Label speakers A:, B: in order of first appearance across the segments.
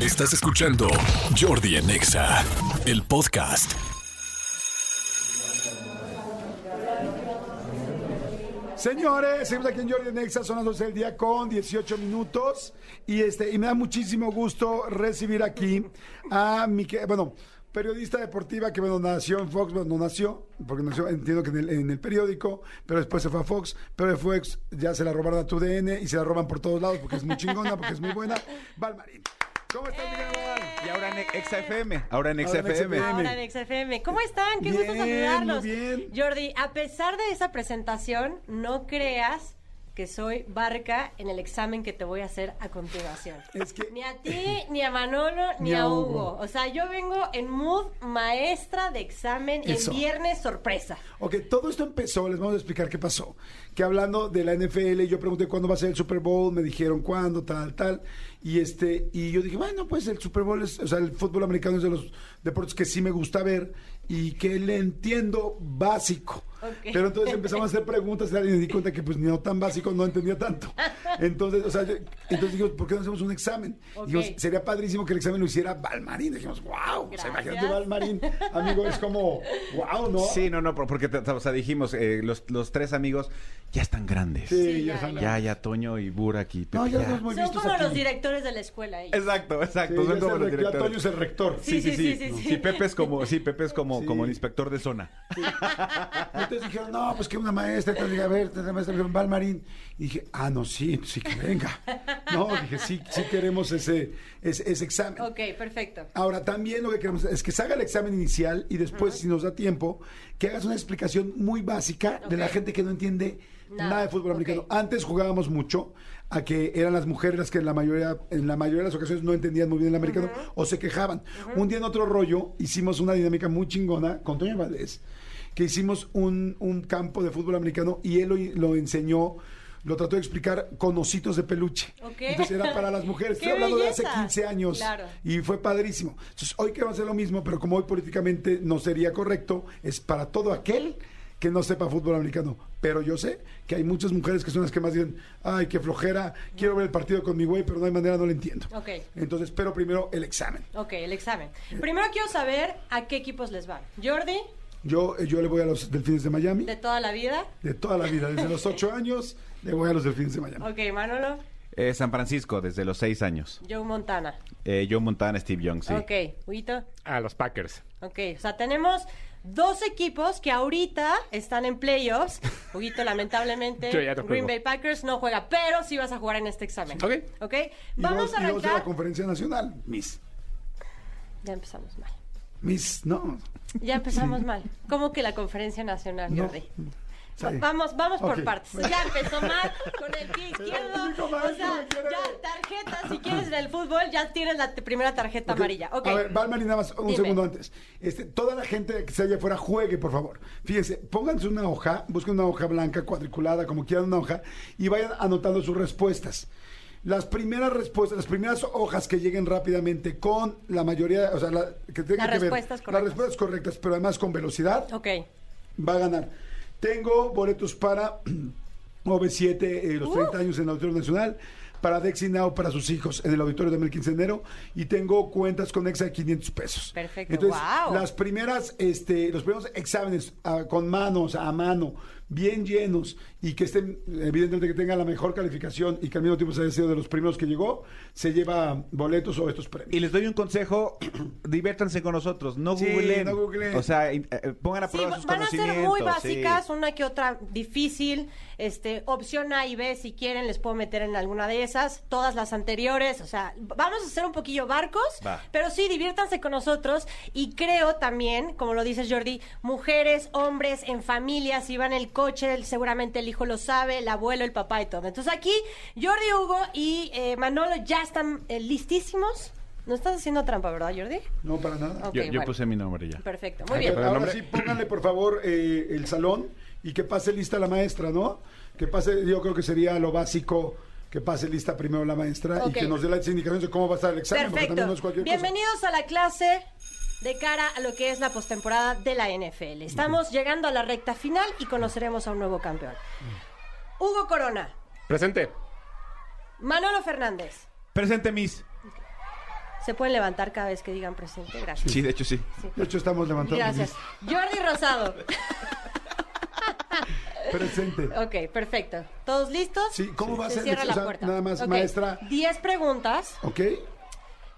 A: Estás escuchando Jordi en Exa, el podcast.
B: Señores, seguimos aquí en Jordi Nexa, son las 12 del día con 18 minutos. Y este, y me da muchísimo gusto recibir aquí a mi que- bueno, periodista deportiva que bueno, nació en Fox, bueno, no nació, porque nació, entiendo que en el, en el periódico, pero después se fue a Fox, pero de Fox ya se la robaron a tu DN y se la roban por todos lados porque es muy chingona, porque es muy buena. Valmarín. ¿Cómo estás, mi gran Val?
C: Y ahora en XFM. Ahora en
B: ¡Eh! Ahora en
C: XFM.
B: XFM.
D: Ahora en XFM. ¿Cómo están? Qué gusto
B: Bien,
D: saludarlos.
B: muy bien.
D: Jordi, a pesar de esa presentación, no creas que soy barca en el examen que te voy a hacer a continuación.
B: Es que-
D: Ni a ti, ni a Manolo, ni, a Hugo. O sea, yo vengo en mood maestra de examen
B: Eso.
D: en viernes sorpresa.
B: Ok, todo esto empezó, les vamos a explicar qué pasó. Que hablando de la NFL, yo pregunté cuándo va a ser el Super Bowl, me dijeron cuándo, tal, tal. Y este, y yo dije, bueno, pues el Super Bowl es, o sea, el fútbol americano es de los deportes que sí me gusta ver y que le entiendo básico.
D: Ok.
B: Pero entonces empezamos a hacer preguntas y me di cuenta que pues no tan básico, no entendía tanto. Entonces, o sea, yo- entonces digo, ¿por qué no hacemos un examen?
D: Ok.
B: Dijimos, sería padrísimo que el examen lo hiciera Balmarín. Dijimos, wow, o sea, imagínate
D: Gracias.
B: Balmarín, amigo, es como, wow, Ah, ¿no?
C: Sí, no, no, por- porque te- o sea, dijimos, eh, los, los tres amigos ya están grandes.
B: Sí, ya,
D: ya,
B: saben.
C: Ya, ya, Toño y Burak y Pepe.
B: No, ya
C: ya.
B: los hemos
D: Son
B: visto
D: como
B: aquí.
D: los directores de la escuela. ellos.
C: Exacto,
B: Sí,
C: exacto.
B: ya
C: son como
B: es
C: los
B: el rec- ya Toño
C: directores.
B: es el rector.
C: Sí, sí, sí.
D: Sí, sí,
C: Sí,
D: sí, sí.
C: Pepe es como, sí, Pepe es como,
B: Sí.
C: como el inspector de zona.
B: Entonces dijeron, no, pues que una maestra, entonces dije, a ver, una maestra, me dijeron, Valmarín. Y dije, ah, no, sí, sí que venga. No, dije, sí, sí queremos ese, ese, ese examen.
D: Ok, perfecto.
B: Ahora, también lo que queremos es que se haga el examen inicial y después, si nos da tiempo, que hagas una explicación muy básica de la
D: Ok.
B: gente que no entiende nada,
D: Nada,
B: de fútbol
D: ok.
B: americano. Antes jugábamos mucho a que eran las mujeres las que en la mayoría, en la mayoría de las ocasiones no entendían muy bien el americano o se quejaban. Un día en otro rollo hicimos una dinámica muy chingona con Toño Valdés, que hicimos un, un campo de fútbol americano y él lo, lo enseñó. Lo trató de explicar con ositos de peluche.
D: Ok.
B: Entonces era para las mujeres.
D: ¡Qué
B: Estoy hablando de hace
D: belleza!
B: 15 años.
D: Claro.
B: Y fue padrísimo. Entonces, hoy queremos hacer lo mismo, pero como hoy políticamente no sería correcto, es para todo aquel que no sepa fútbol americano. Pero yo sé que hay muchas mujeres que son las que más dicen, ay, qué flojera, quiero ver el partido con mi güey, pero no hay manera, no lo entiendo.
D: Ok.
B: Entonces, pero primero el examen.
D: Ok, el examen. Primero quiero saber a qué equipos les van. Jordi,
B: Yo, eh, yo le voy a los Delfines de Miami,
D: de
B: de,
D: toda la vida.
B: toda la vida, desde los 8 años, le voy a los Delfines de Miami.
D: Ok, Manolo,
C: Eh, San Francisco, desde los seis años.
D: Joe Montana.
C: Eh, Joe Montana, Steve Young, sí.
D: Ok, Huito.
E: A los Packers.
D: Ok, o sea, tenemos dos equipos que ahorita están en playoffs. Huguito, lamentablemente,
E: Yo ya no
D: Green
E: juego.
D: Bay Packers no juega, pero sí vas a jugar en este examen.
E: Ok.
D: Ok,
B: Y
D: vamos
B: dos-
D: a
B: y dos de la
D: arrancar.
B: Conferencia Nacional. Miss.
D: Ya empezamos mal.
B: Miss, no.
D: Ya empezamos mal. ¿Cómo que la conferencia nacional,
B: No.
D: Jordi?
B: Sí.
D: Vamos, vamos
B: Ok.
D: por partes. Ya empezó mal con el pie
B: El
D: izquierdo.
B: único
D: O
B: maestro
D: sea,
B: que quiere.
D: ya tarjeta, si quieres del fútbol, ya tienes la t- primera tarjeta
B: Ok.
D: amarilla. Ok.
B: A ver, Valmarín, nada más un
D: Dime.
B: segundo antes. Este, toda la gente que está allá afuera juegue, por favor. Fíjense, pónganse una hoja, busquen una hoja blanca, cuadriculada, como quieran una hoja, y vayan anotando sus respuestas. Las primeras respuestas, las primeras hojas que lleguen rápidamente con la mayoría, o sea, la- que tengan
D: Las
B: que ver-
D: respuestas
B: las
D: correctas.
B: respuestas correctas, pero además con velocidad,
D: Ok.
B: va a ganar. Tengo boletos para OV7, eh, los 30 años en el Auditorio Nacional, para Dexy Now, para sus hijos en el Auditorio de 2015 de enero, y tengo cuentas con Exa de 500 pesos.
D: Perfecto,
B: Entonces,
D: guau.
B: las primeras, este, los primeros exámenes ah, con manos, a mano, bien llenos, y que estén, evidentemente que tengan la mejor calificación y que al mismo tiempo se haya sido de los primeros que llegó, se lleva boletos o estos premios.
C: Y les doy un consejo, diviértanse con nosotros, no
B: Sí,
C: googleen.
B: no googleen.
C: O sea, in- eh, pongan a
D: Sí,
C: prueba
D: va-
C: sus
D: van a ser
C: conocimientos.
D: muy
C: sí.
D: básicas, una que otra difícil, este, opción A y B, si quieren les puedo meter en alguna de esas, todas las anteriores, o sea, vamos a hacer un poquillo barcos,
C: Va.
D: pero sí, diviértanse con nosotros y creo también, como lo dices Jordi, mujeres, hombres, en familia, si van en el coche, el- seguramente el hijo lo sabe, el abuelo, el papá y todo. Entonces aquí Jordi, Hugo y eh, Manolo ya están eh, listísimos. No estás haciendo trampa, ¿verdad, Jordi?
B: No, para nada.
D: Ok,
C: Yo, yo
D: bueno.
C: puse mi nombre ya.
D: Perfecto, muy
E: Ah,
D: bien.
E: pero-
B: Ahora
E: el nombre-
B: sí, pónganle por favor eh, el salón y que pase lista la maestra, ¿no? Que pase, yo creo que sería lo básico, que pase lista primero la maestra
D: Ok.
B: y que nos dé las indicaciones de cómo va a estar el examen, porque también no es
D: Perfecto.
B: cualquier cosa.
D: Bienvenidos a la clase de cara a lo que es la postemporada de la NFL. Estamos llegando a la recta final y conoceremos a un nuevo campeón.
B: Mm.
D: Hugo Corona,
E: Presente.
D: Manolo Fernández,
C: Presente, Miss.
D: se pueden levantar cada vez que digan presente. Gracias.
C: Sí, de hecho sí.
B: De hecho, estamos levantando.
D: Gracias. Jordi Rosado.
B: Presente.
D: Ok, perfecto. ¿Todos listos?
B: Sí, ¿cómo va a
D: Se
B: ser?
D: cierra
B: O
D: la
B: sea,
D: puerta.
B: nada más,
D: Ok,
B: maestra.
D: 10 preguntas.
B: ¿Ok?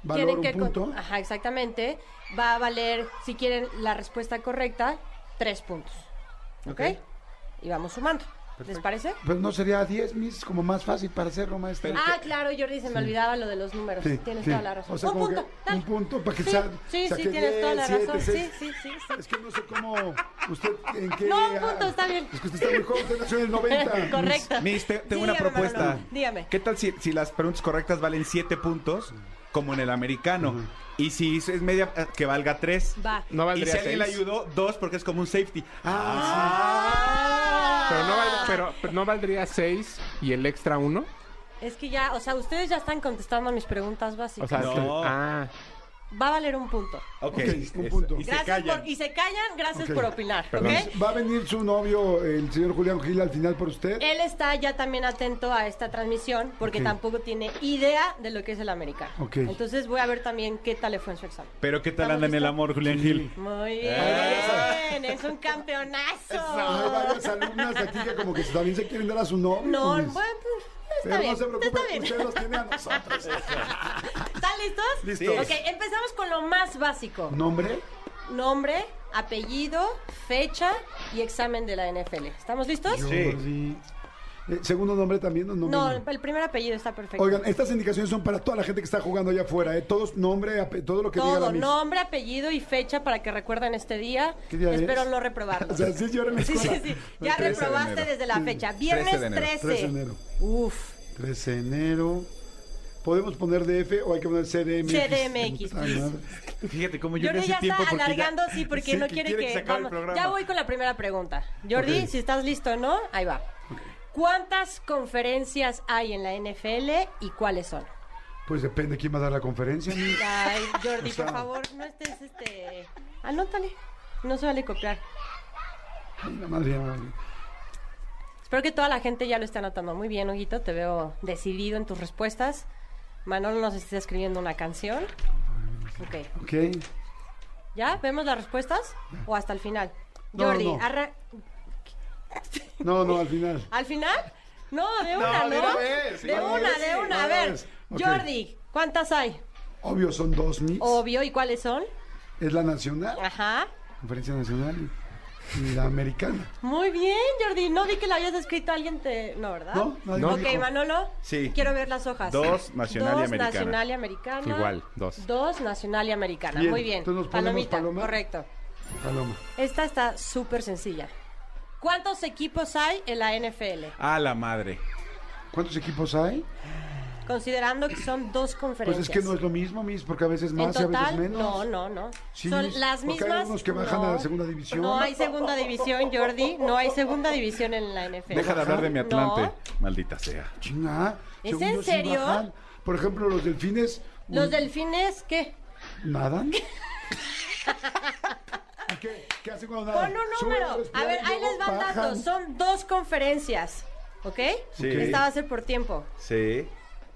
B: Valor
D: Tienen
B: un
D: que con-
B: punto.
D: Ajá, exactamente. Va a valer, si quieren la respuesta correcta, 3 puntos. ¿Ok?
C: Ok.
D: Y vamos sumando. ¿Les parece?
B: Pero Pues, no sería 10 mis, como más fácil para hacerlo, maestra.
D: Ah, claro, Jordi, se me olvidaba lo de los números.
B: Sí,
D: tienes
B: sí.
D: toda la razón.
B: O sea,
D: un
B: como que
D: punto. dale.
B: un punto para que
D: sí,
B: sea-
D: Sí, sí,
B: saque
D: tienes toda la
B: 10,
D: razón.
B: siete,
D: Sí, sí, sí, sí.
B: Es que no sé cómo usted en qué.
D: No, un
B: ah,
D: punto, está bien.
B: Es que usted está muy joven, usted nació en el 90.
D: Correcto.
C: Miss, te- tengo
D: Sí,
C: una
D: dígame, Manolo,
C: propuesta.
D: dígame.
C: ¿Qué tal si, si las preguntas correctas valen 7 puntos, como en el americano? Y si es media, eh, que valga 3.
D: Va.
E: No
C: Y
E: valdría
C: si alguien le
E: seis.
C: ayudó, 2 porque es como un safety. Ah,
D: Ah.
E: Pero no, val- pero- pero no valdría 6 y el extra 1.
D: Es que ya, o sea, ustedes ya están contestando mis preguntas
E: O
D: básicas.
E: sea,
C: No.
E: que- ah,
D: Va a valer un punto.
B: Ok,
C: Ok,
B: un
C: eso.
B: punto.
C: Y se
D: gracias
C: callan.
D: Por, y se callan, gracias
B: Ok.
D: por opinar, ¿ok?
B: Va a venir su novio, el señor Julián Gil, al final por usted.
D: Él está ya también atento a esta transmisión porque
B: Ok.
D: tampoco tiene idea de lo que es el americano.
B: Ok.
D: Entonces voy a ver también qué tal le fue en su examen.
C: Pero ¿qué tal
D: ¿Estamos
C: anda en el
D: listos?
C: amor, Julián Gil?
D: Muy
B: Eh.
D: bien, es un campeonazo.
B: Hay varias alumnas aquí que como que también se quieren dar a su novio.
D: No,
B: mis.
D: bueno, pues,
B: Pero
D: está bien,
B: no se preocupe,
D: está bien.
B: ustedes los tienen a nosotros.
D: ¿Están listos?
B: Listos.
D: Ok, empezamos con lo más básico.
B: ¿Nombre?
D: Nombre, apellido, fecha y examen de la NFL. ¿Estamos listos?
B: Jordi. Eh, ¿Segundo nombre también o nombre?
D: No,
B: no?
D: el primer apellido está perfecto.
B: Oigan, estas indicaciones son para toda la gente que está jugando allá afuera, ¿eh? Todos, nombre, ape- todo lo que diga la
D: Todo,
B: Miss.
D: nombre, apellido y fecha para que recuerden este día.
B: ¿Qué día
D: Espero
B: es?
D: no reprobarlo.
B: O sea, sí, yo era en la
D: Sí,
B: escuela.
D: sí, sí.
C: 13
D: Ya
C: de
D: reprobaste
C: enero.
D: desde la fecha. Viernes
C: 13 de
D: 13.
C: enero.
B: 13 de enero.
D: Uf.
B: 13 de enero. ¿Podemos poner DF o hay que poner CDMX?
D: CDMX,
B: Puta Ah, madre.
C: Fíjate cómo yo, en
D: Jordi
C: ese
D: ya está
C: tiempo porque ya-
D: alargando, sí, porque
C: Sí,
D: no
C: que
D: quiere que.
C: quiere que se acabe el
D: vamos.
C: programa.
D: ya voy con la primera pregunta. Jordi,
B: Ok.
D: si estás listo, ¿no? Ahí va. ¿Cuántas conferencias hay en la NFL y cuáles son?
B: Pues depende quién va a dar la conferencia. Miss.
D: Ay, Jordi,
B: O sea-
D: por favor, no estés este. Anótale. No se vale copiar.
B: Ay, la madre, la madre.
D: Espero que toda la gente ya lo esté anotando. Muy bien, Huguito, te veo decidido en tus respuestas. Manolo nos está escribiendo una canción. Ok.
B: Ok.
D: ¿Ya? ¿Vemos las respuestas? ¿O hasta el final?
B: No,
D: Jordi,
B: no.
D: arra-
B: No, no, al final.
D: ¿al final? No, de una, ¿no?
C: de una vez, sí,
D: de
B: no,
D: una,
B: sí,
D: de
B: no,
D: una. A
B: de una
D: ver,
B: vez. Ok.
D: Jordi, ¿cuántas hay?
B: Obvio, son dos Miss.
D: Obvio, ¿y cuáles son?
B: Es la nacional,
D: Ajá.
B: conferencia nacional y, y la americana.
D: Muy bien, Jordi. No vi que la habías escrito a alguien, te... ¿no, verdad?
B: No, nadie
E: No.
B: me
D: Ok,
B: dijo.
D: Manolo.
C: Sí.
D: Quiero ver las hojas.
C: Dos, nacional y
D: Dos,
C: americana.
D: nacional y americana.
E: Igual, dos.
D: Dos, nacional y americana.
B: Bien,
D: Muy bien.
B: entonces nos ponemos
D: Palomita,
B: paloma.
D: correcto.
B: Paloma.
D: Esta está súper sencilla. ¿Cuántos equipos hay en la NFL?
C: A la madre.
B: ¿Cuántos equipos hay?
D: Considerando que son dos
B: Pues
D: conferencias.
B: es que no es lo mismo, Miss, porque a veces
D: En
B: más y a
D: total,
B: veces menos.
D: no, no, no.
B: Sí,
D: Son las
B: porque hay
D: mismas.
B: unos que bajan a la segunda división.
D: No hay segunda división, Jordi. No hay segunda división en la NFL.
C: Deja de hablar de mi Atlante.
D: No.
C: Maldita sea.
B: Chinga.
D: ¿Es
B: según
D: en
B: yo sí
D: serio?
B: bajan. Por ejemplo, los delfines.
C: Mm.
D: Los
B: un-
D: delfines, ¿qué?
B: ¿Nadan? ¿Y ¿Qué, ¿Qué hacen cuando
D: Pon
B: nadan?
D: un
B: Suben,
D: número. A
B: respiran,
D: ver, ahí
B: luego
D: les van
B: bajan.
D: datos. Son dos conferencias. ¿Ok?
C: Sí.
D: Esta va a ser por tiempo.
C: Sí.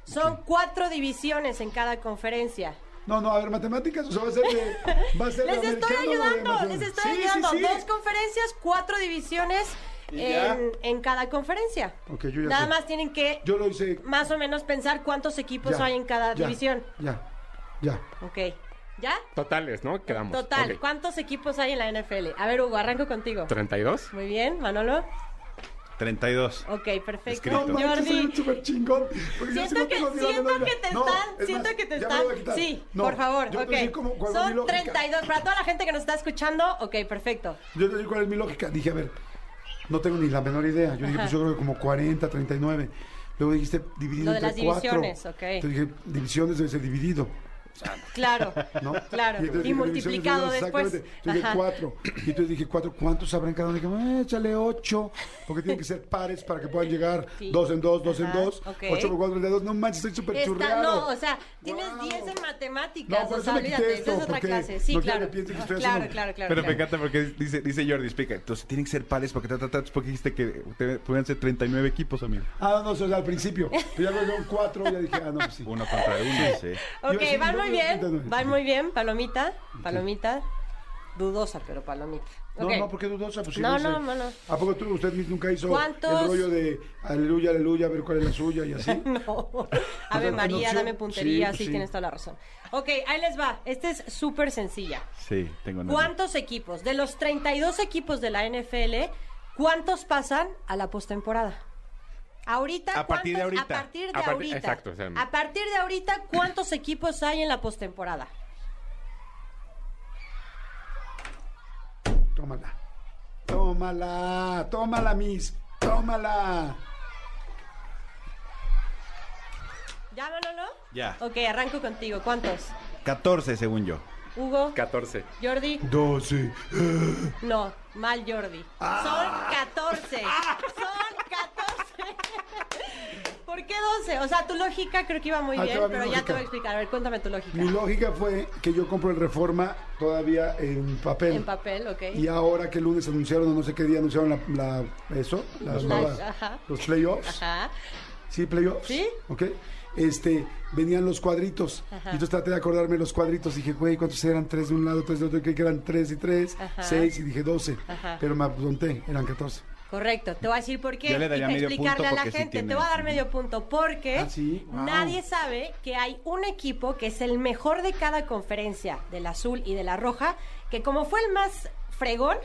D: Son cuatro divisiones en cada conferencia.
B: No, no, a ver, matemáticas, o sea, va a ser de. Va a ser de
D: Les
B: americano
D: estoy
B: o de
D: ayudando,
B: nacional.
D: les estoy
B: Sí, sí,
D: ayudando.
B: sí.
D: Dos conferencias, cuatro divisiones
C: ya.
D: en, en cada conferencia.
B: Ok, yo ya
D: Nada
B: sé.
D: más tienen que
B: Yo lo hice.
D: más o menos pensar cuántos equipos
B: ya,
D: hay Pues en cada
B: ya,
D: división.
B: Ya, ya.
D: Ok. ¿Ya?
E: totales, ¿no? Quedamos.
D: Total,
E: Ok.
D: ¿cuántos equipos hay en la NFL? A ver, Hugo, arranco contigo.
E: ¿32?
D: Muy bien, Manolo.
C: 32.
D: Ok, perfecto.
B: No,
C: Escrito.
B: manches, soy
D: Jordi.
B: un súper chingón. porque yo sí
D: Siento
B: no
D: que,
B: tengo ni la
D: siento
B: menor
D: que
B: idea.
D: te
B: No,
D: están,
B: es
D: siento
B: más,
D: que te
B: ya me lo voy a quitar.
D: están. Sí,
B: No,
D: por favor,
B: yo te voy a decir
D: ok.
B: cómo- cuál fue mi
D: Son
B: lógica.
D: 32, para toda la gente que nos está escuchando, ok, perfecto.
B: Yo te digo cuál es mi lógica. Dije, a ver, no tengo ni la menor idea. Yo dije, pues yo creo que como 40, 39. Luego dijiste dividido
D: Lo de
B: entre
D: las
B: cuatro.
D: divisiones, ok.
B: Entonces dije, divisiones debe ser dividido,
D: Claro,
B: ¿no?
D: claro.
B: entonces
D: Y,
B: dije,
D: multiplicado
B: divisiones,
D: después.
B: Exactamente. Entonces dije,
D: Ajá.
B: cuatro. Y entonces dije, cuatro, ¿cuántos habrán cada uno? Dije, "Ah, échale ocho. Porque tienen que ser pares para que puedan llegar
D: Sí.
B: dos en dos, dos en
D: Ajá,
B: dos.
D: ok.
B: Ocho por cuatro de dos. No manches, estoy súper
D: Está,
B: churreado.
D: no, o sea, tienes
B: Wow.
D: 10 en matemáticas.
B: No, por
D: o
B: eso
D: sea,
B: me quité
D: olvídate,
B: esto,
D: esa es otra
B: porque
D: clase. Sí,
B: no quiero
D: claro.
B: que piensen que estoy
D: claro,
B: haciendo-
D: claro, claro,
C: Pero me
D: claro.
C: encanta porque dice, dice Jordi, explica. Entonces tienen que ser pares porque, ta, ta, ta, porque dijiste que te- podían ser 39 equipos, amigo.
B: Ah, no, o sea, al principio. Pero ya luego vieron cuatro, ya dije, ah, no, pues sí.
C: Uno contra uno, sí.
B: Yo sí,
D: Ok, van
B: yo- yo- yo- yo-
D: muy bien. Van muy bien. Palomita, palomita. Dudosa, pero palomita.
B: No,
D: Ok.
B: no, porque dudosa, pues sí,
D: No,
B: sé.
D: no, no, no.
B: ¿A poco tú, usted mismo nunca hizo
D: ¿Cuántos?
B: el rollo de aleluya, aleluya, a ver cuál es la suya y así?
D: No.
B: O sea,
D: Ave
B: no,
D: María,
B: sí,
D: dame puntería,
B: sí,
D: sí,
B: sí.
D: tienes toda la razón. Ok, ahí les va. Esta es súper sencilla.
C: Sí, tengo una.
D: ¿Cuántos equipos? De los 32 equipos de la NFL, ¿cuántos pasan a la postemporada? Ahorita,
C: A partir de
D: ¿cuántos-
C: ahorita.
D: A partir de
E: A partir-
D: ahorita.
E: exacto, o sea,
D: a partir de ahorita, ¿cuántos equipos hay en la postemporada?
B: Tómala. Tómala, tómala, Miss. Tómala.
D: ¿Ya, Manolo?
C: Ya.
D: Ok, arranco contigo. ¿Cuántos?
C: 14, según yo.
D: Hugo,
E: 14.
D: Jordi.
B: 12.
D: No, mal Jordi.
B: Ah.
D: Son 14. Son 14. ¿Por qué 12? O sea, tu lógica creo que iba muy
B: Ahí te
D: bien,
B: Ah, va mi
D: pero ya te
B: lógica.
D: voy a explicar. A ver, cuéntame tu lógica.
B: Mi lógica fue que yo compro el Reforma todavía en papel.
D: En papel, ok.
B: Y ahora que el lunes anunciaron, no sé qué día anunciaron la, la- eso, la-
D: Los
B: la-
D: playoffs, ajá.
B: los playoffs.
D: Ajá.
B: Sí, playoffs.
D: ¿Sí?
B: Ok. Este, venían los cuadritos.
D: Ajá.
B: Y entonces traté de acordarme los cuadritos. Dije, güey, ¿cuántos eran? Tres de un lado, tres de otro. Creí que eran tres y tres,
D: Ajá.
B: seis y dije doce.
D: Ajá.
B: Pero me apunté, eran catorce.
D: Correcto, te voy a decir por qué
C: Yo le daría
D: y
C: medio
D: explicarle
C: punto
D: a la
C: porque sí
D: gente.
C: tiene-
D: Te voy a dar medio punto porque
B: Ah, sí, wow.
D: nadie sabe que hay un equipo que es el mejor de cada conferencia, del azul y de la roja, que como fue el más fregón,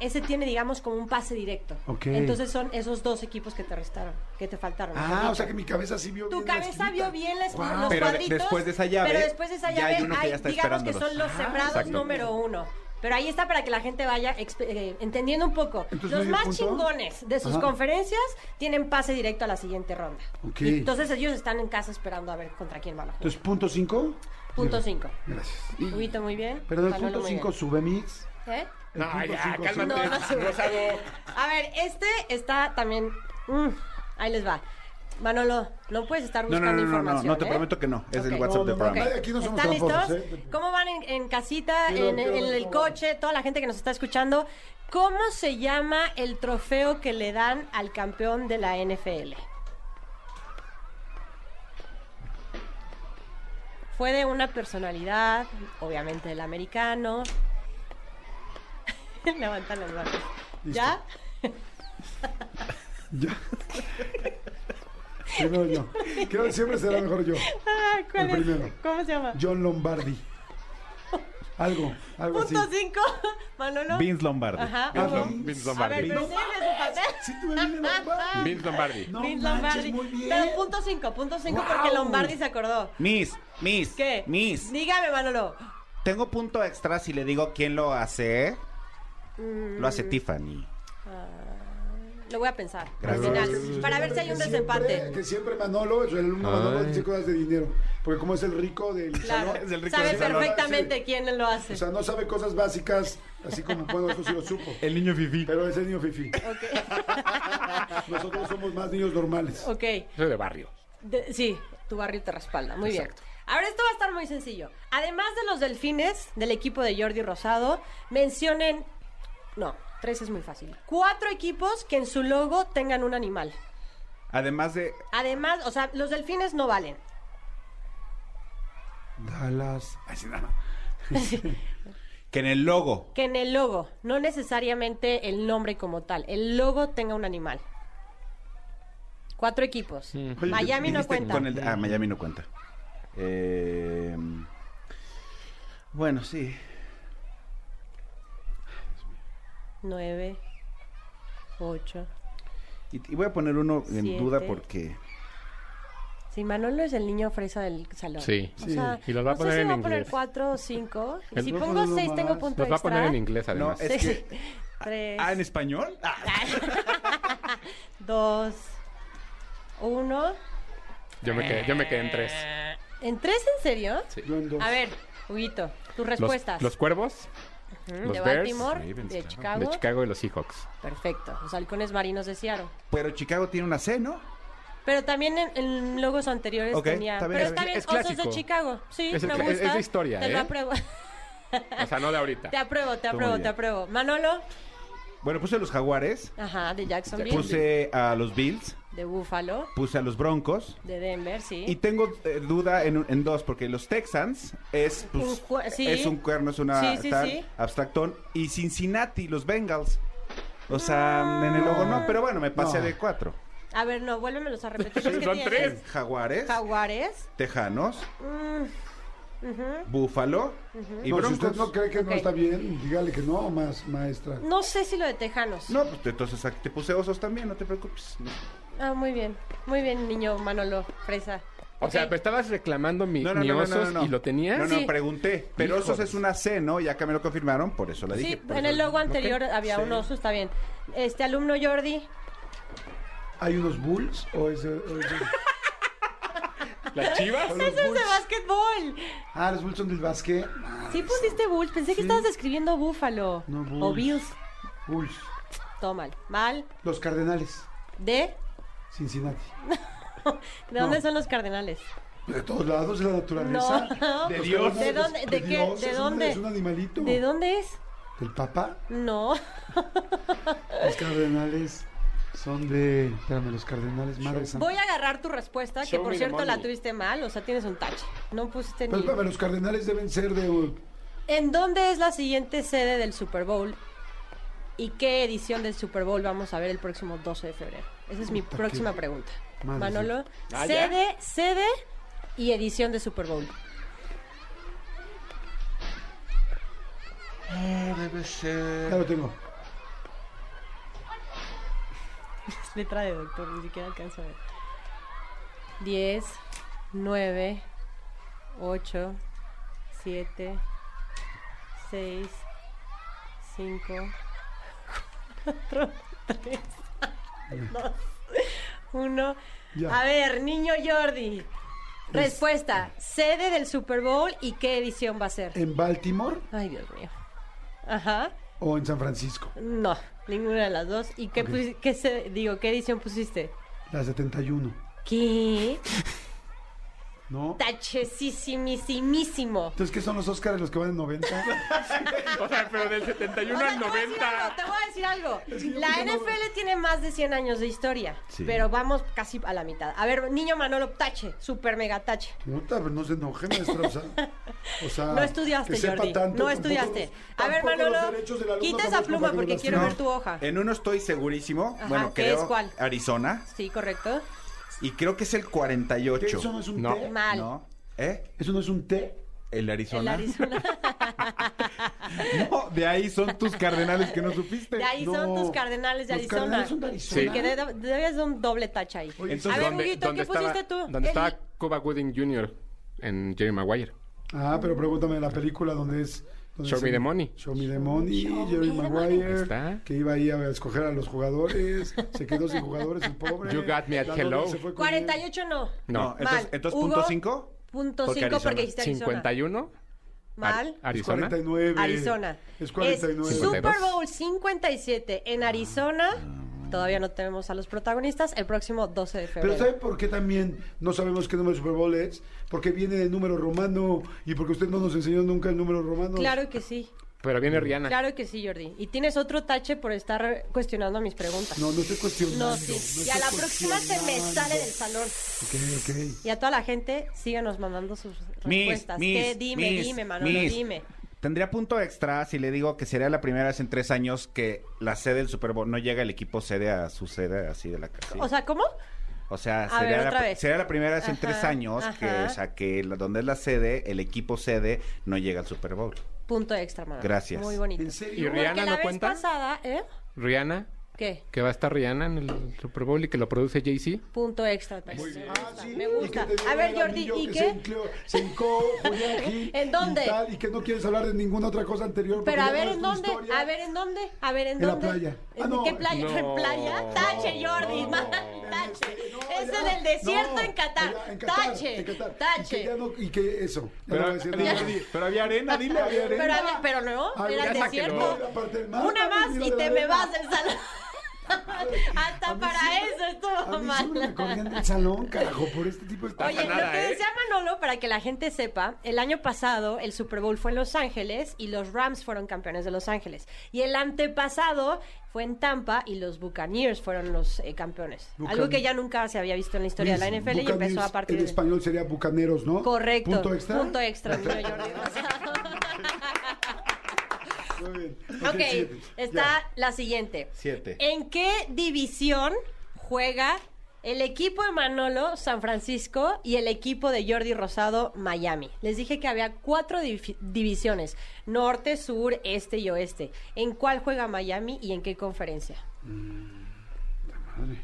D: ese tiene, digamos, como un pase directo.
B: Ok.
D: Entonces son esos dos equipos que te restaron, que te faltaron. mejor
B: Ah,
D: dicho.
B: o sea que mi cabeza sí vio
D: Tu
B: bien la
D: cabeza
B: esquinita.
D: vio bien la esqui-
B: Guau.
D: los
C: Pero de-
D: cuadritos.
C: después de esa llave,
D: Pero después de esa
C: ya
D: llave,
C: hay uno que
D: hay-
C: ya está
D: digamos que
C: esperándolos.
D: son los
C: Ah,
D: sembrados
C: exacto.
D: número uno. Pero ahí está para que la gente vaya exp- eh, entendiendo un poco.
B: Entonces,
D: los
B: medio
D: más
B: punto.
D: chingones de sus
B: Ajá.
D: conferencias tienen pase directo a la siguiente ronda.
B: Ok.
D: Y entonces ellos están en casa esperando a ver contra quién van a jugar.
B: Entonces, punto cinco.
D: Punto 5.
B: Gracias.
D: Huguito, muy bien.
B: Pero el
D: Manolo,
B: punto
D: muy bien.
B: cinco sube mix.
D: ¿Eh?
B: El
E: No,
B: punto
E: ya,
B: cinco sube.
E: cálmate.
D: No, no se
E: No,
D: ve.
E: Sago.
D: A ver, este está también... mm, ahí les va. Manolo, no puedes estar
C: No,
D: buscando
C: no, no, no, no,
D: información.
C: no, te
D: ¿eh?
C: prometo que no. Es el
D: Ok.
C: WhatsApp del
B: No, no, no,
C: programa.
B: ok. Aquí no somos
D: ¿Están
B: tramposos,
D: listos?
B: ¿eh?
D: ¿Cómo van en, en casita,
B: Sí,
D: en,
B: no,
D: en
B: no,
D: el
B: no.
D: coche, toda la gente que nos está escuchando? ¿Cómo se llama el trofeo que le dan al campeón de la NFL? Fue de una personalidad, obviamente del americano. Levantan las manos. ¿Ya?
B: Ya. Primero yo. Creo que siempre será mejor yo.
D: Ah,
B: El
D: ¿cuál es?
B: primero.
D: ¿Cómo se llama?
B: John Lombardi. Algo, algo así.
D: Punto 5, Manolo.
C: Vince Lombardi.
D: Ajá.
B: Vince
D: Hugo.
B: Lom-
E: Vince
D: A ver, pues,
E: Lombardi.
D: pero
B: No
D: enséñale su papel.
B: Sí, tuve Vince Lombardi.
E: Vince Lombardi.
B: No
D: Vince
B: manches,
D: Lombardi.
B: muy bien.
D: Pero punto 5, punto 5
B: Wow.
D: porque Lombardi se acordó.
C: Miss, Miss,
D: ¿Qué?
C: Miss.
D: Dígame, Manolo.
C: Tengo punto extra si le digo quién lo hace. Lo hace
D: Mm.
C: Tiffany.
D: Lo voy a pensar al
C: Gracias.
D: final para ver si hay un
B: Que siempre-
D: desempate.
B: Que siempre Manolo, el alumno Manolo dice cosas de dinero. Porque como es el rico del
D: Claro,
B: salón,
C: Es el rico
D: sabe
C: del salón.
D: perfectamente quién lo hace.
B: o sea, no sabe cosas básicas, así como, bueno, eso sí lo supo.
C: El niño Fifi.
B: Pero es el niño Fifi. Nosotros somos más niños normales.
D: Ok,
E: Soy de barrio.
D: de- sí, tu barrio te respalda. Muy bien. Ahora esto va a estar muy sencillo. Además de los delfines del equipo de Jordi Rosado, mencionen. No, tres es muy fácil. Cuatro equipos que en su logo tengan un animal.
C: Además de.
D: Además, o sea, los delfines no valen.
B: Dallas. Ay, sí, no, no.
C: Que en el logo.
D: Que en el logo, no necesariamente el nombre como tal, el logo tenga un animal. Cuatro equipos.
E: Mm.
B: Oye,
D: Miami no
C: Dijiste
D: cuenta.
C: con el- ah, Miami no cuenta. Eh, bueno, sí.
D: Nueve, ocho.
C: Y, y voy a poner uno en
D: Siete.
C: duda porque.
D: Sí, Manolo es el niño fresa del salón.
E: Sí.
D: O sea,
E: Y los va a
D: no sé
E: poner
D: si
E: en
D: voy a poner
E: inglés.
D: cuatro o cinco. Y
E: Los
D: si
E: va a
D: pongo
B: poner
D: seis,
B: nomás.
D: tengo punto
E: Los va a
D: extra.
E: poner en inglés,
C: No,
E: además.
C: es
D: Sí.
C: que.
D: Tres,
C: Ah, en español. Ah,
D: dos, uno.
E: Yo me quedé, yo me quedé en tres.
D: ¿En tres, en serio?
E: Sí.
B: Yo en dos.
D: A ver, Huguito, tus
E: Los,
D: respuestas.
E: los cuervos
D: Ujú,
E: los
D: de
E: Bears,
D: Baltimore,
C: Ravens,
D: de
C: claro.
D: Chicago.
E: de Chicago y los Seahawks.
D: Perfecto. Los halcones marinos de Seattle.
C: pero Chicago tiene una C, ¿no?
D: Pero también en, en logos anteriores
C: Ok,
D: tenía.
C: está bien,
D: pero
C: está
D: está
E: bien.
D: bien,
E: Es
D: Osos
E: clásico.
D: de Chicago. Sí,
E: Es el
D: me
E: cla-
D: gusta.
E: es de historia,
D: Te
E: ¿eh?
D: lo apruebo.
E: O sea, no de ahorita.
D: te apruebo, te
C: Muy
D: apruebo,
C: bien.
D: te apruebo. Manolo,
C: Bueno, puse a los Jaguares,
D: ajá, de Jacksonville.
C: puse a los Bills,
D: De Buffalo,
C: puse a los Broncos.
D: de Denver, sí.
C: Y tengo eh, duda en, un- en dos, porque los Texans es, pues,
D: Un jue- sí.
C: es un cuerno, es una
D: Sí, sí,
C: tal,
D: sí.
C: abstractón. Y Cincinnati, los Bengals. O sea, en el logo
D: Ah.
C: no, pero bueno, me pasé
B: No.
C: de cuatro.
D: A ver, no, vuélvemelos a repetir. los que
E: Son
D: tienes.
E: tres.
C: Jaguares,
D: Jaguares.
C: Tejanos,
D: Mm,
C: Búfalo y
B: No, si
C: Broncos.
B: usted no cree que
D: Ok.
B: no está bien, dígale que no, más maestra.
D: No sé si lo de Tejanos.
C: No, pues entonces aquí te puse osos también, no te preocupes. No,
D: Ah, muy bien. Muy bien, niño Manolo, fresa.
E: O sea, pues,
D: Ok.
E: me estabas reclamando mi, mi osos y lo tenías.
C: No, no,
D: Sí.
C: pregunté. Pero
E: Híjole.
C: osos es una C, ¿no? Ya que me lo confirmaron, por eso la dije.
D: Sí,
C: por
D: en
C: eso-
D: el logo
C: Ok.
D: anterior había
C: Sí.
D: un oso, está bien. Este alumno Jordi,
B: ¿Hay unos Bulls o es, o es-
E: ¿Las chivas?
B: Los
D: ¡Eso es de
B: Bulls.
D: básquetbol!
B: Ah, los Bulls son del básquet. Ah,
D: Sí pusiste Bulls, pensé que estabas escribiendo Búfalo.
B: No,
D: O
B: Bulls.
D: Bills.
B: Bulls.
D: Todo mal. Mal.
B: Los Cardenales.
D: ¿De?
B: Cincinnati.
D: ¿De dónde son los cardenales?
B: De todos lados de la naturaleza.
D: No.
B: Los
D: ¿De
B: Cardenales,
D: dónde? ¿De qué?
B: Dios,
D: ¿De
B: es un-
D: dónde?
B: Es un animalito.
D: ¿De dónde es?
B: ¿Del papá?
D: No.
B: Los Cardenales son de. Espérame, los Cardenales, madre santa.
D: Voy a agarrar tu respuesta, que
E: Show
D: por
E: me the
D: cierto la
E: money.
D: tuviste mal, o sea, tienes un tache. No pusiste
B: Pero
D: ni...
B: Pues, espérame, los Cardenales deben ser de. uh,
D: ¿En dónde es la siguiente sede del Super Bowl? ¿Y qué edición del Super Bowl vamos a ver el próximo 12 de febrero? Esa es mi
B: Puta,
D: próxima
B: qué-
D: pregunta.
B: Madre
D: Manolo,
E: Ah, ya.
D: sede, sede y edición de Super Bowl.
B: Ya lo tengo.
D: Es letra de doctor, ni siquiera alcanzo a ver. 10, 9, 8, 7, 6, 5, 4, 3, 2, 1.
B: Ya.
D: A ver, niño Jordi. Respuesta, sede del Super Bowl y qué edición va a ser.
B: ¿En Baltimore
D: Ay, Dios mío. Ajá.
B: o en San Francisco?
D: No, ninguna de las dos. ¿Y qué,
B: Ok.
D: pusi- qué se- digo, qué edición pusiste?
B: La 71.
D: ¿Qué?
B: ¿No?
D: Tachesísimísimo.
B: Entonces, ¿qué son los Oscars los que van en 90?
E: O sea, pero del 71 al
D: te, voy a decir
E: 90.
D: algo, te voy a decir algo.
B: que yo
D: La
B: pensaba-
D: NFL tiene más de 100 años de historia,
C: Sí.
D: pero vamos casi a la mitad. A ver, niño Manolo, tache, super mega tache.
B: Puta, pero no se enoje, maestra. O sea, o sea,
D: No estudiaste,
B: que sepa
D: Jordi.
B: tanto,
D: no
B: tampoco
D: estudiaste.
B: los-
D: a ver,
B: tampoco los
D: Manolo,
B: derechos del alumno
D: quita esa
B: tampoco
D: pluma
B: comparten
D: porque
B: las
D: quiero
B: tuyas.
D: ver tu hoja.
C: En uno estoy segurísimo.
D: Ajá,
C: bueno,
D: ¿qué
C: creo
D: es cuál?
C: Arizona.
D: Sí, correcto.
C: Y creo que es el
B: ¿Qué,
C: 48.
B: ¿Eso no es un
E: No.
B: té?
D: Mal.
C: ¿No? ¿Eh?
B: ¿Eso no es un té?
C: El Arizona.
D: El Arizona.
C: No, de ahí son tus cardenales que no supiste.
D: De ahí
B: No.
D: son tus cardenales de
B: Los
D: Arizona.
B: Cardenales son de Arizona.
D: Que de- de- debes de un doble tache ahí.
B: Oye,
D: a
E: Entonces,
D: ver,
E: ¿dónde,
D: Huguito,
E: dónde
D: ¿qué
E: estaba,
D: pusiste tú?
E: ¿Dónde
D: El-
E: estaba Cuba Gooding Jr. en Jerry Maguire?
B: Ah, pero pregúntame la película donde es. donde
E: Show
B: es
E: me
B: el-
E: the money.
B: Show Me the Money, Jerry
E: Ahí
B: Maguire,
E: está.
B: que iba ahí a escoger a los jugadores, se quedó sin jugadores, el pobre.
E: You got me at
B: La novia
E: hello.
B: se fue con él.
D: 48 no.
E: No,
C: No, entonces,
D: Mal.
C: entonces
D: Hugo,
C: punto 5.
D: Punto
C: Porque
D: 5
C: Arizona.
D: porque dijiste Arizona.
E: 51.
D: Mal.
E: Ar-
B: Es
E: Arizona.
B: 49.
D: Arizona.
B: Es 49.
D: Es
E: 52.
D: Super Bowl 57 en
B: Ah.
D: Arizona. Todavía no tenemos a los protagonistas. El próximo 12 de febrero.
B: Pero ¿sabe por qué también no sabemos qué número de Super Bowl es? Porque viene del número romano y porque usted no nos enseñó nunca el número romano.
D: Claro que sí.
E: Pero viene Rihanna.
D: Mm. Claro que sí, Jordi. Y tienes otro tache por estar cuestionando mis preguntas.
B: No, no estoy cuestionando.
D: No, sí.
B: no
D: y a
B: estoy
D: la próxima se me
B: cuestionando.
D: sale del salón.
B: Ok, ok.
D: Y a toda la gente, síganos mandando sus respuestas. ¿Qué? Dime,
C: miss,
D: dime, Manolo,
C: miss.
D: dime.
C: Tendría punto extra si le digo que sería la primera vez en tres años que la sede del Super Bowl no llega el equipo sede a su sede así de la casa.
D: O sea, ¿cómo?
C: O sea,
D: A
C: sería,
D: ver,
C: la,
D: otra
C: pri-
D: vez.
C: sería la primera vez en
D: Ajá,
C: tres años que,
D: ajá.
C: o sea, que la- donde es la sede, el equipo sede no llega al Super Bowl.
D: Punto extra, Manolo.
C: Gracias.
D: Muy bonito.
B: ¿En
E: ¿Y
B: serio?
D: Porque
E: Rihanna
D: la
E: no
D: vez
E: cuenta?
D: pasada, ¿eh?
E: Rihanna,
D: ¿Qué?
E: que va a estar Rihanna en el Super Bowl y que lo produce Jay-Z.
D: Punto extra. Tache.
B: Ah, sí,
D: Me
B: y
D: gusta.
B: que te dio
D: A ver,
B: el
D: Jordi,
B: anillo
D: ¿y
B: que Se
D: qué?
B: incló- se hincó Julián Gil
D: ¿En dónde?
B: Y, tal, y que no quieres hablar de ninguna otra cosa anterior. porque
D: Pero a
B: ya
D: ver
B: sabes
D: en
B: tu
D: dónde,
B: historia.
D: a ver en dónde, a ver en
B: En la
D: dónde.
B: playa.
D: ¿En
B: Ah, no.
D: qué playa?
E: No.
D: ¿En playa? Tache, Jordi,
E: No.
D: mal, tache. es en el desierto
B: No,
D: en Qatar.
B: allá en
D: Tache,
B: en Qatar. Y que, ya
D: tache.
B: no- y que eso. ya no
E: Pero,
B: voy a decir nada.
E: pero había arena, dile.
B: había arena.
D: Pero, a ver, pero no,
B: Ah,
D: era
B: ya
D: el
E: sáquenlo.
D: desierto.
B: Era parte del mar,
D: Una
B: no,
D: más
B: mira,
D: y
B: de
D: te
B: la
D: me
B: arena.
D: vas del salón. Hasta
B: mí siempre-
D: para eso
B: A
D: estuvo
B: mí siempre me
D: mal.
B: corrían del salón, carajo, por este tipo de cosas.
D: Oye, lo
E: nada,
D: que
E: ¿eh?
D: decía Manolo, para que la gente sepa, el año pasado el Super Bowl fue en Los Ángeles y los Rams fueron campeones de Los Ángeles. Y el antepasado fue en Tampa y los Buccaneers fueron los eh, campeones.
B: Buccan-
D: Algo que ya nunca se había visto en la historia de la
B: Luis,
D: NFL y
B: Buccaneers,
D: empezó a partir
B: En
D: de...
B: español sería bucaneros, ¿no?
D: Correcto.
B: Punto extra.
D: Punto extra, mi querido Jordi Rosado.
B: Muy bien.
D: Ok,
B: siete.
D: está la siguiente.
C: Siete.
D: ¿En qué división juega el equipo de Manolo San Francisco y el equipo de Jordi Rosado Miami? Les dije que había cuatro divi- divisiones, norte, sur, este y oeste. ¿En cuál juega Miami y en qué conferencia?
B: Ya. Madre.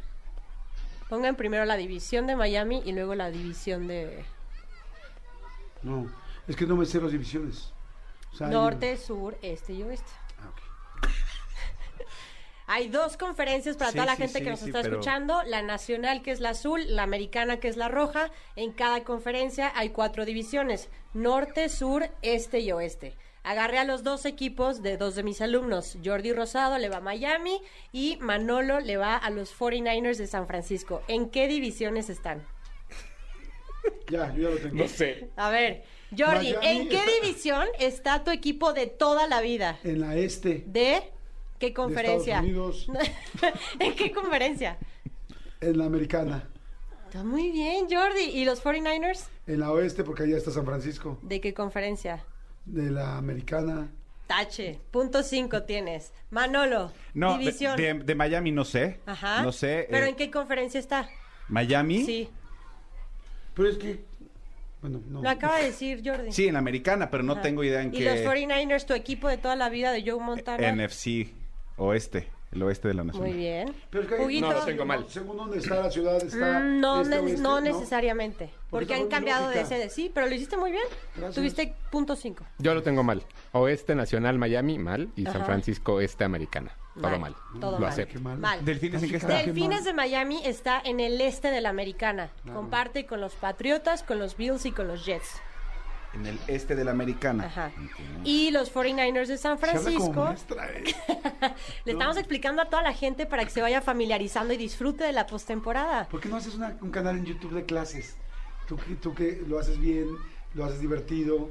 D: Pongan primero la división de Miami y luego la división de
B: No, es que no me sé las divisiones. O sea, hay-
D: norte, sur, este y oeste.
B: Ah, ok.
D: Hay dos conferencias para
C: Sí,
D: toda la
C: sí,
D: gente
C: sí,
D: que nos
C: sí,
D: está
C: pero-
D: escuchando, la nacional que es la azul, la americana que es la roja. En cada conferencia hay cuatro divisiones, norte, sur, este y oeste. Agarré a los dos equipos de dos de mis alumnos. Jordi Rosado le va a Miami y Manolo le va a los 49ers de San Francisco. ¿En qué divisiones están?
B: Ya, yo ya lo tengo.
E: No sé.
D: A ver, Jordi,
B: Miami
D: ¿en qué
B: está-
D: división está tu equipo de toda la vida?
B: En la este,
D: ¿De qué conferencia?
B: Estados Unidos.
D: ¿En qué conferencia?
B: en la americana.
D: Está muy bien, Jordi. ¿Y los 49ers?
B: En la oeste, porque allá está San Francisco.
D: ¿De qué conferencia?
B: De la americana.
D: Tache, punto 5 tienes. Manolo,
C: No, de,
D: división.
C: de- de Miami no sé.
D: Ajá.
C: No sé.
D: ¿Pero
C: eh,
D: en qué conferencia está?
C: Miami.
D: Sí.
B: Pero es que. Bueno, no.
D: Lo acaba de decir Jordi.
C: Sí, en la americana, pero no
D: Ajá.
C: tengo idea en
D: ¿Y los
C: qué.
D: 49ers, tu equipo de toda la vida de Joe Montana?
C: NFC oeste, el oeste de la nación.
D: Muy bien.
B: Pero es que hay-
D: Juguito.
E: No, lo tengo mal.
B: Según dónde está la ciudad, está.
D: Mm, no,
B: este,
D: ne-
B: oeste,
D: no necesariamente.
B: Porque
D: Porque
B: es
D: han
B: muy
D: cambiado de
B: lógica.
D: sede. Sí, pero lo hiciste muy bien.
B: Gracias.
D: Tuviste punto 5.
E: Yo lo tengo mal. Oeste Nacional Miami, mal. Y San
D: Ajá.
E: Francisco Este Americana. Todo mal.
D: Todo
E: lo
D: mal.
E: acepto.
B: Qué mal.
D: Mal.
C: Delfines en qué está.
B: Del-
D: Delfines de Miami está en el este de la americana.
B: Claro.
D: Comparte con los Patriotas, con los Bills y con los Jets.
C: En el este de la americana.
D: Ajá.
C: Entiendo.
D: Y los 49ers de San
B: Se habla como
D: Francisco.
B: maestra, ¿eh?
D: Le estamos explicando a toda la gente para que se vaya familiarizando y disfrute de la postemporada.
B: ¿Por qué no haces una- un canal en YouTube de clases? Tú que, tú que lo haces bien, lo haces divertido.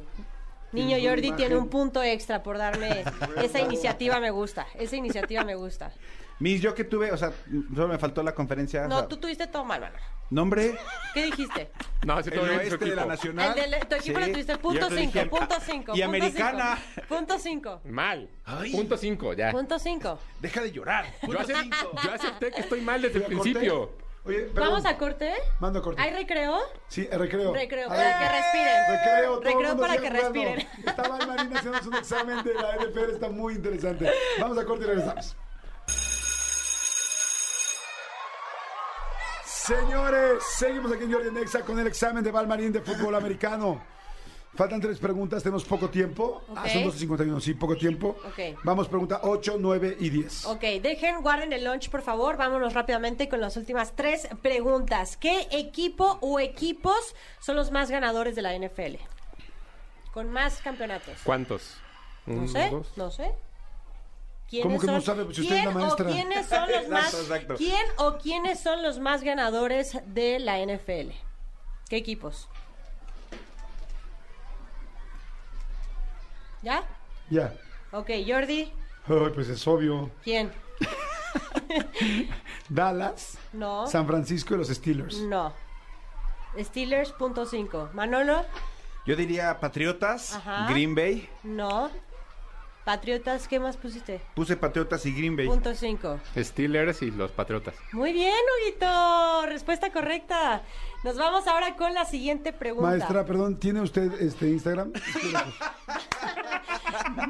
D: Niño
B: tienes una
D: Jordi tiene
B: imagen.
D: un punto extra por darme esa iniciativa me gusta. Esa iniciativa me gusta.
C: Mis, yo que tuve, o sea, solo me faltó la conferencia. o
D: No,
C: sea,
D: tú tuviste todo mal, Manolo.
C: Nombre.
D: ¿Qué dijiste?
E: No, sí,
C: El
E: todo bien, su
C: oeste de la
E: equipo.
C: nacional.
D: El de tu equipo
C: Sí.
D: lo tuviste
C: Yo
D: punto
C: te dije,
D: 5, punto
C: ah,
D: 5.
C: Y americana.
D: Punto 5.
E: Mal. Punto 5, ya.
D: Punto 5.
C: Deja de llorar.
E: Yo acepté, yo acepté que estoy mal desde
B: Oye,
E: el principio.
B: corte. Oye, perdón.
D: Vamos a corte.
B: Mando a corte.
D: ¿Hay recreo?
B: Sí, el recreo.
D: Recreo, Eh,
B: A
D: para
B: ver.
D: que respiren.
B: Recreo, todo el
D: Recreo
B: mundo
D: para
B: sigue
D: que
B: jugando.
D: respiren.
B: Estaba en Marina haciendo un examen de la NFL, está muy interesante. Vamos a corte y regresamos. Señores, seguimos aquí en Jordi Nexa con el examen de Valmarín de fútbol americano. Faltan tres preguntas, tenemos poco tiempo. Ah, son
D: Ok.
B: 12.51, sí, poco tiempo.
D: Ok.
B: Vamos, pregunta 8, 9 y 10.
D: Ok, dejen, guarden el lunch, por favor. Vámonos rápidamente con las últimas tres preguntas. ¿Qué equipo o equipos son los más ganadores de la NFL? Con más campeonatos.
E: ¿Cuántos?
D: No
E: Uno,
D: sé,
E: dos.
D: no sé. ¿Quiénes
B: ¿Cómo que no
D: son-
B: sabe? Pues si usted es
D: quién
B: la
D: o
B: maestra.
D: quiénes son los más,
C: Exacto, exacto.
D: ¿Quién o quiénes son los más ganadores de la NFL? ¿Qué equipos? ¿Ya?
B: Ya.
D: Ok, Jordi,
B: Ay, pues es obvio.
D: ¿quién?
B: Dallas,
D: No.
B: San Francisco y los Steelers.
D: No. Steelers, punto cinco. Manolo,
C: Yo diría Patriotas,
D: Ajá.
C: Green Bay.
D: no. Patriotas, ¿qué más pusiste?
C: Puse Patriotas y Green Bay.
D: Punto cinco.
E: Steelers y los Patriotas.
D: Muy bien, Huguito. Respuesta correcta. Nos vamos ahora con la siguiente pregunta.
B: Maestra, perdón, ¿tiene usted este Instagram?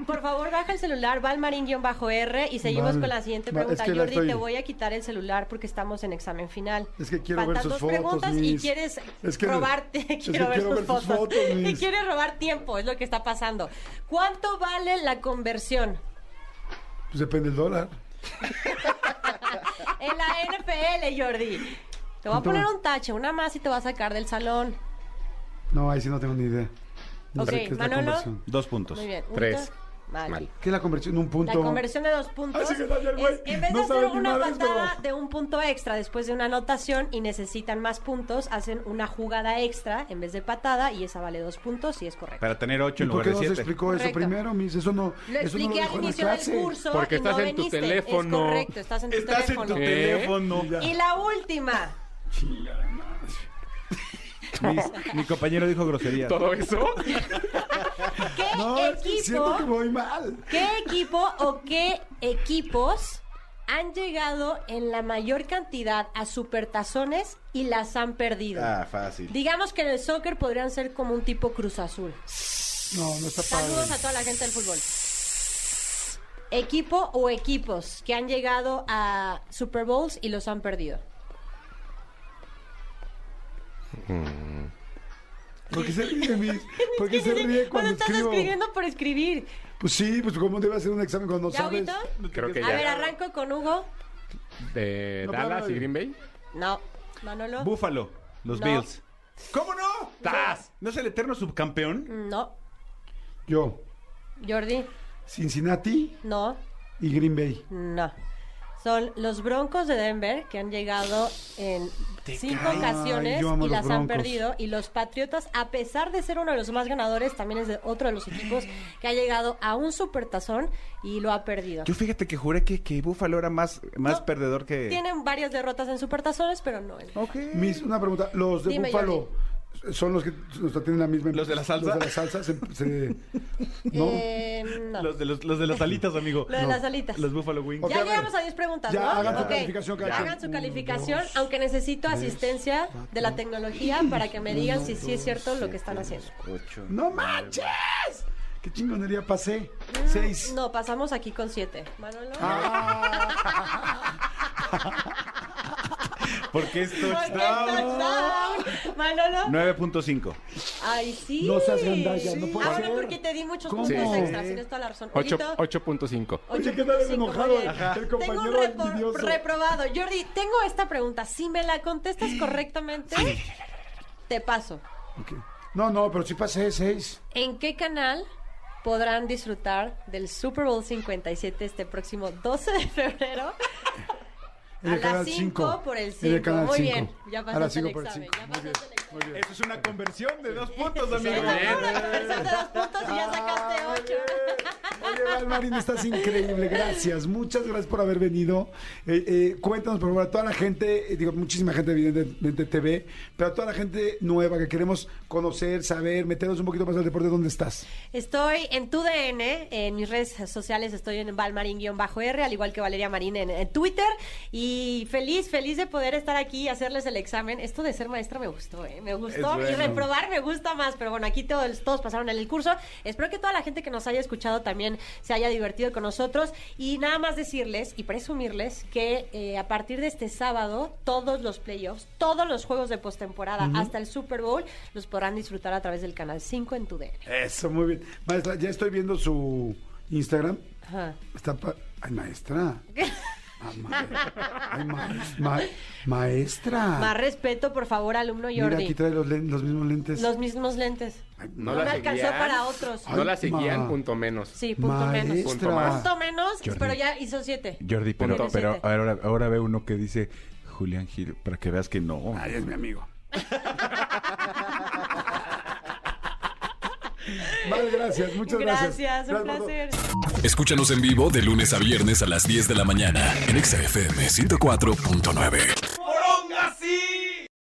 D: Por favor, baja el celular, Valmarín-R y seguimos
B: Vale.
D: con la siguiente
B: Va- es
D: pregunta.
B: que la
D: Jordi,
B: estoy-
D: te voy a quitar el celular porque estamos en examen final.
B: Es que quiero
D: Faltan
B: ver sus
D: dos
B: fotos,
D: preguntas y
B: Miss.
D: quieres
B: Es que-
D: robarte.
B: es que
D: quiero ver
B: quiero
D: sus
B: ver sus
D: fotos.
B: fotos,
D: y
B: Miss.
D: quieres robar tiempo, es lo que está pasando. ¿Cuánto vale la conversión?
B: Pues depende del dólar.
D: En la NFL, Jordi. Te voy a
B: ¿Cuánto?
D: poner un tache, una más y te va a sacar del salón.
B: No, ahí sí no tengo ni idea. No
D: Ok,
B: sé qué es la
D: Manolo.
B: conversión.
C: Dos puntos.
D: Muy bien. un
E: Tres.
D: ta- Mal.
E: Mal.
B: ¿Qué la convirtió en un punto?
D: La conversión de dos puntos.
B: Así que no, ya el güey
D: es- en vez
B: no
D: de hacer
B: sabe ni
D: una
B: madres,
D: patada
B: pero-
D: de un punto extra después de una anotación y necesitan más puntos, hacen una jugada extra en vez de patada y esa vale dos puntos y es correcto.
C: Para tener
B: ¿Y
C: ocho en
B: ¿Por
C: lugar
B: qué
C: de
B: no se
C: siete.
B: explicó eso
D: Correcto.
B: primero, mis? Eso no.
D: Lo
B: eso no
D: expliqué
B: dijo en
D: al
B: la
D: inicio del
B: clase.
D: curso.
E: Porque
D: y
E: estás
D: no
E: en tu
D: veniste.
E: teléfono.
D: Es correcto, estás en tu teléfono.
E: teléfono.
D: Y la última.
C: Mis- mi compañero dijo grosería.
E: Todo eso.
D: ¿Qué
B: No, es que siento
D: equipo?
B: que voy mal.
D: ¿Qué equipo o qué equipos han llegado en la mayor cantidad a supertazones y las han perdido?
C: Ah, fácil.
D: Digamos que en el soccer podrían ser como un tipo Cruz Azul.
B: No, no está
D: Saludos
B: padre.
D: a toda la gente del fútbol. Equipo o equipos que han llegado a Super Bowls y los han perdido.
B: ¿Por qué se ríe, mis? ¿Por qué se ríe cuando
D: estás
B: escribo?
D: escribiendo por escribir.
B: Pues sí, pues cómo debe hacer un examen cuando
D: ¿Ya,
B: sabes.
D: Huguito?
E: Creo que
D: A ver,
E: ya.
D: arranco con Hugo.
E: De
B: No,
E: Dallas
B: pero-
E: y Green Bay.
D: No. Manolo.
C: Búfalo, los
D: No.
C: Bills. ¿Cómo no? ¡Tas! ¿No es el eterno subcampeón?
D: No.
B: Yo,
D: Jordi.
B: Cincinnati
D: No.
B: y Green Bay.
D: No. Son los Broncos de Denver que han llegado en cinco
B: Ay,
D: ocasiones
B: yo amo
D: y
B: los
D: las han
B: Broncos.
D: perdido. Y los Patriotas, a pesar de ser uno de los más ganadores, también es de otro de los equipos que ha llegado a un supertazón y lo ha perdido.
C: Yo fíjate que juré que, que Búfalo era más, más
D: No,
C: perdedor que.
D: Tienen varias derrotas en supertazones, pero no en...
C: Ok.
B: Mis, una pregunta. Los de
D: Dime,
B: Búfalo son los que nos tienen la misma.
C: ¿Los de la salsa?
B: Los de la salsa. se- se- no.
D: Eh, no.
C: Los, de los, los de las alitas, amigo.
D: Lo de las alitas.
C: Los Buffalo Wings.
B: Ok,
D: ya
B: a ver.
D: llegamos a 10 preguntas,
B: Ya,
D: ¿no?
B: hagan su
D: Ok.
B: calificación cada quien.
D: Hagan su calificación, aunque necesito asistencia de la tecnología para que me digan si sí es cierto lo que están haciendo.
C: Ocho.
B: ¡No manches! ¡Qué chingonería pasé! Seis.
D: No, pasamos aquí con 7. Manolo.
B: Ah,
C: Porque es
D: ¿Por qué
C: touchdown.
D: touchdown? Manolo.
C: 9.5.
D: Ay, sí.
B: No seas gandalla, no puede
D: Ah, bueno,
B: ser.
D: porque te di muchos
B: ¿Cómo?
D: puntos
E: Sí.
D: extras, tienes toda la razón.
E: Ocho-
D: Huguito,
E: 8.5.
B: Oye, ¿qué tal el
D: 8.5,
B: enojado?
D: oye.
B: Ajá. El
D: Tengo un
B: compañero
D: repro-
B: envidioso.
D: reprobado. Jordi, tengo esta pregunta. Si me la contestas correctamente, te paso.
B: Ok. No, no, pero sí pasé seis.
D: ¿En qué canal podrán disfrutar del Super Bowl 57 este próximo 12 de febrero?
B: En
D: a
B: el canal
D: las 5
B: cinco.
D: por el
B: En el
D: 5.
B: canal
D: Muy
B: cinco.
D: bien, ya
B: A las
D: pasaste el
B: cinco por el
D: examen.
B: cinco.
D: Ya
B: Muy bien,
D: pasaste el examen.
C: Eso es una conversión de dos puntos,
D: Sí,
C: amigo.
D: no, una conversión de dos puntos y ya sacaste
B: Ay,
D: ocho.
B: bien. Oye, Val Marín, estás increíble. Gracias, muchas gracias por haber venido. Eh, eh, cuéntanos, por favor, a toda la gente, eh, digo, muchísima gente evidentemente TV, pero a toda la gente nueva que queremos conocer, saber, meternos un poquito más al deporte, ¿dónde estás?
D: Estoy en tu DN, en mis redes sociales estoy en valmarin-r, al igual que Valeria Marín en, en Twitter. Y feliz, feliz de poder estar aquí y hacerles el examen. Esto de ser maestra me gustó, ¿eh? Me gustó.
C: Es
D: Y
C: bueno.
D: reprobar me gusta más. Pero bueno, aquí todos, todos pasaron en el curso. Espero que toda la gente que nos haya escuchado también se haya divertido con nosotros. Y nada más decirles y presumirles que eh, a partir de este sábado, todos los playoffs, todos los juegos de postemporada, hasta el Super Bowl, los podrán disfrutar a través del canal 5 en tu DN.
B: Eso, muy bien. Maestra, ya estoy viendo su Instagram.
D: Ajá.
B: Está pa- Ay, maestra. Ah, ma- Ay, ma- ma- maestra.
D: Más respeto, por favor, alumno
B: Ah. Mira, aquí
D: Jordi.
B: trae los, len- los mismos lentes.
D: Los mismos lentes.
B: Ay,
E: No
D: No
E: la
D: me alcanzó
E: seguían.
D: para otros.
E: No la seguían,
B: ma.
E: punto menos.
D: Sí, punto menos.
B: Maestra.
E: Punto más.
D: Punto menos, pero ya hizo siete.
F: Jordi, pero,
D: Punto.
F: pero
C: ah,
D: Siete.
F: ahora, ahora ve uno que dice Julián Gil, para que veas que no.
B: Ay, es mi amigo. Vale, gracias, muchas gracias.
D: Gracias, un
B: por todo.
D: placer.
A: Escúchanos en vivo de lunes a viernes a las 10 de la mañana en Exa FM 104.9.